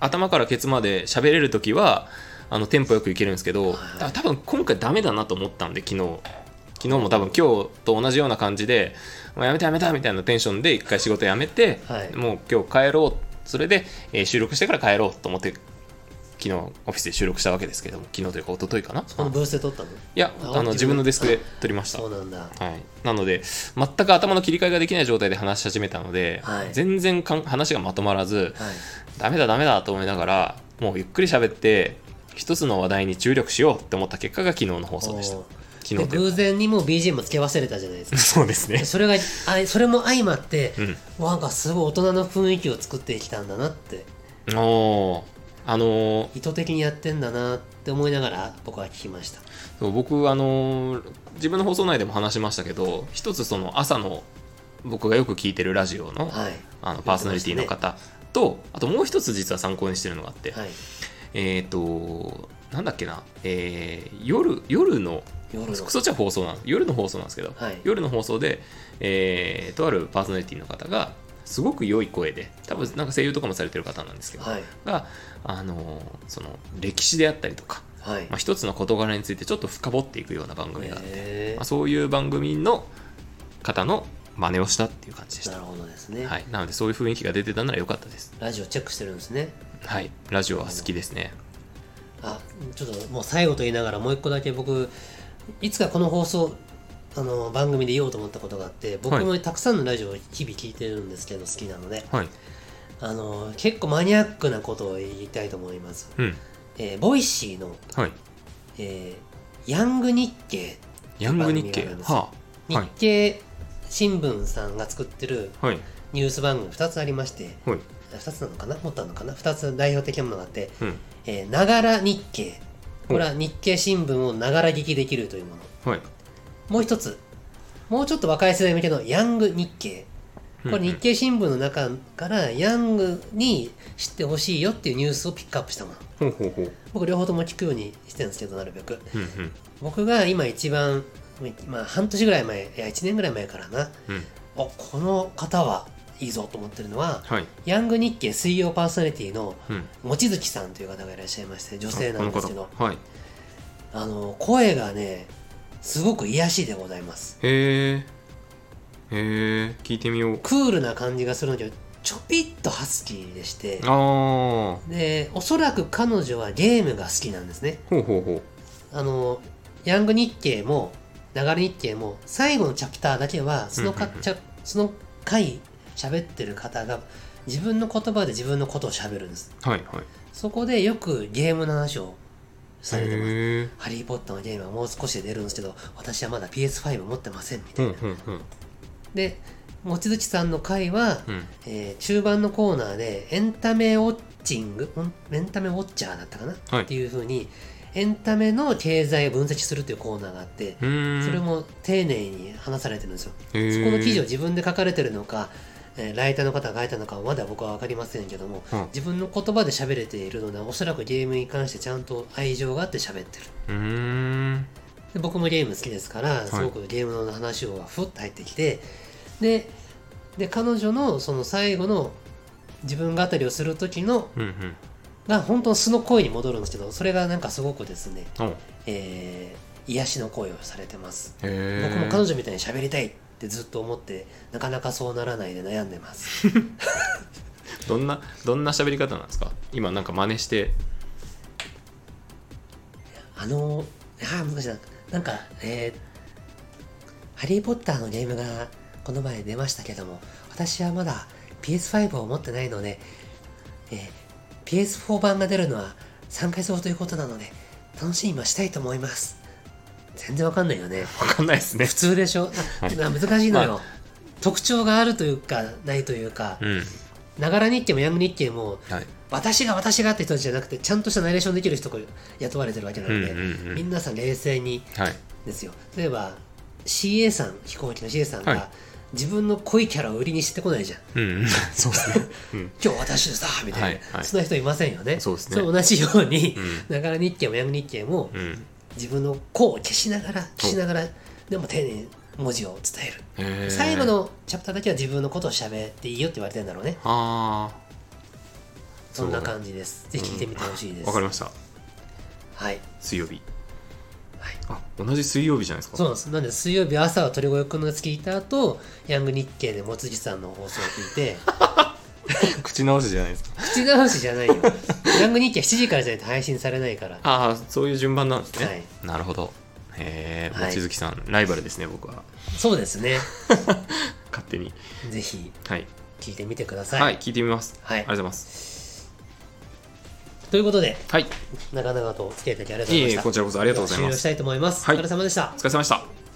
B: 頭からケツまで喋れるときは、あの、テンポよくいけるんですけど、
A: はい
B: た多分今回ダメだなと思ったんで、昨日。昨日も多分今日と同じような感じで、もうやめたやめたみたいなテンションで一回仕事やめて、
A: はい
B: もう今日帰ろう。それで、えー収録してから帰ろうと思って、昨日オフィスで収録したわけですけども、昨日というか一昨日かな。
A: このブースで撮ったの
B: いや、
A: あ
B: あ
A: 自
B: の、自
A: 分
B: 分のデスクで撮りました
A: そ。うなんだ。
B: はい、なので全く頭の切り替えができない状態で話し始めたので、
A: はい
B: 全然かん話がまとまらず
A: はい。
B: ダメだダメだと思いながらもうゆっくり喋って一つの話題に注力しようって思った結果が昨日の放送でした
A: おー
B: 昨日
A: で
B: という
A: 偶然にもう BGM つけ忘れたじゃないです
B: か
A: か
B: そうですね
A: それがあそれも相まって、
B: うん
A: なんかすごい大人の雰囲気を作ってきたんだなって
B: おーあのー
A: 意図的にやってんだなって思いながら僕は聞きました
B: そう僕あのー自分の放送内でも話しましたけど一つその朝の僕がよく聞いてるラジオの,、
A: はい
B: あのパーソナリティの方と、あともう一つ実は参考にしてるのがあって、
A: はい
B: えっ、と、なんだっけな、えー夜、夜の、
A: 夜の
B: そっちは放送なん夜の放送なんですけど、
A: はい
B: 夜の放送で、えーとあるパーソナリティの方が、すごく良い声で多分なんか声優とかもされてる方なんですけど、
A: はい
B: があのその歴史であったりとか、
A: はい
B: まあ、一つの事柄についてちょっと深掘っていくような番組があって、
A: へ
B: まあ、
A: ー
B: そういう番組の方の真似をしたっていう感じでし
A: なる
B: た、
A: ほどですね、
B: はい、なのでそういう雰囲気が出てたなら良かったです
A: ラジオチェックしてるんですね
B: はいラジオは好きですね
A: あちょっともう最後と言いながらもう一個だけ僕いつかこの放送あの番組で言おうと思ったことがあって僕もたくさんのラジオを日々聞いてるんですけど好きなので、
B: はい
A: あの結構マニアックなことを言いたいと思います、
B: うん
A: えーボイシーの、
B: はい
A: えーヤング日経
B: ヤング日経
A: 番組があるんですよ
B: はあは
A: 日
B: い
A: 経新聞さんが作ってる
B: はい
A: ニュース番組2つありまして
B: はい
A: 2つなのかなもっとあるのかな2つ代表的なものがあって
B: うん
A: えーながら日経これは日経新聞をながら聞きできるというもの
B: はい
A: もう一つもうちょっと若い世代向けのヤング日経これ日経新聞の中からヤングに知ってほしいよっていうニュースをピックアップしたもの
B: ほうほうほう
A: 僕両方とも聞くようにしてるんですけどなるべく
B: うんうん
A: 僕が今一番まあ半年ぐらい前いや1年ぐらい前からな
B: うん
A: おこの方はいいぞと思ってるのは
B: はい
A: ヤング日経水曜パーソナリティの
B: うん
A: 望月さんという方がいらっしゃいまして女性なんですけど
B: あこの方はい
A: あの声がねすごく癒しでございます
B: へえへえ聞いてみよう
A: クールな感じがするんだけどちょぴっとハスキーでして
B: ああ
A: でおそらく彼女はゲームが好きなんですね
B: ほうほうほう
A: あのヤング日経も流れ日経も最後のチャプターだけはそのか
B: うんうんうん
A: チャその回喋ってる方が自分の言葉で自分のことを喋るんです
B: はいはい
A: そこでよくゲームの話をされてます
B: へえ
A: ハリー・ポッターのゲームはもう少しで出るんですけど私はまだ PS5 持ってませんみたいな
B: うんうんうん
A: で望月さんの回は、
B: うん
A: えー中盤のコーナーでエンタメウォッチングんエンタメウォッチャーだったかな、
B: はい
A: っていう風にエンタメの経済を分析するっていうコーナーがあって
B: う、ーん
A: それも丁寧に話されてるんですよ、
B: へー
A: そこの記事を自分で書かれてるのか、えーライターの方が書いたのかはまだ僕は分かりませんけども、
B: うん
A: 自分の言葉で喋れているのでおそらくゲームに関してちゃんと愛情があって喋ってる
B: うーん
A: で僕もゲーム好きですからすごくゲームの話をふっと入ってきて、でで彼女のその最後の自分語りをする時の
B: うんうん
A: が本当の素の声に戻るんですけどそれがなんかすごくですね、
B: おへ
A: えー癒しの声をされてます
B: え
A: 僕も彼女みたいに喋りたいってずっと思ってなかなかそうならないで悩んでます
B: どんなどんな喋り方なんですか今なんか真似 して
A: あのああ難しいななんかえーハリー・ポッター」のゲームがこの前出ましたけども私はまだ PS5 を持ってないので、えー PS4 版が出るのは3ヶ月後ということなので楽しみにはしたいと思います全然わかんないよね
B: わかんないですね
A: 普通でしょあな難しいのよ、特徴があるというかないというか
B: うん
A: ながら日経もヤング日経も
B: はい
A: 私が私がって人じゃなくてちゃんとしたナレーションできる人が雇われてるわけなので、
B: うんうんうん
A: みんなさん冷静に
B: はい
A: ですよ例えば CA さん飛行機の CA さんが、
B: はい
A: 自分の濃いキャラを売りにしてこないじゃん
B: うんうんそうですねうん
A: 今日私でさみたいな、
B: はいはい
A: そんな人いませんよね
B: そうですね
A: れ同じように、
B: う
A: ながら日経もヤング日経も、
B: うん
A: 自分の個を消しながら消しながらでも丁寧に文字を伝える、
B: へー
A: 最後のチャプターだけは自分のことを喋っていいよって言われてんだろうね
B: ああ
A: そんな感じですぜひ聞いてみてほしいです、
B: わかりました
A: はい
B: 水曜日
A: はい
B: あ同じ水曜日じゃないですか
A: そうなんです。なんで、水曜日朝は鳥越くんのやつ聞いた後、ヤング日経で望月さんの放送を聞いて、
B: 口直しじゃないですか
A: 口直しじゃないよ。ヤング日経7時からじゃないと配信されないから。
B: ああそういう順番なんですね、
A: はい
B: なるほどへえ
A: は
B: 望
A: い
B: 月さん、ライバルですね僕は
A: そうですね。
B: 勝手に
A: ぜひ、
B: はい、
A: 聞いてみてくだ
B: は
A: さ
B: い
A: い。
B: 聞いてみます、
A: はい
B: ありがとうございます
A: ということで、
B: はい
A: 長々とお付き合いいただきありがとうござ
B: い
A: いま
B: えい
A: し
B: え
A: た。
B: こちらこそありがとうござい
A: では
B: ま
A: 終了し
B: す
A: たいと思います。
B: はい
A: お疲れ様でした
B: お。疲れ様でした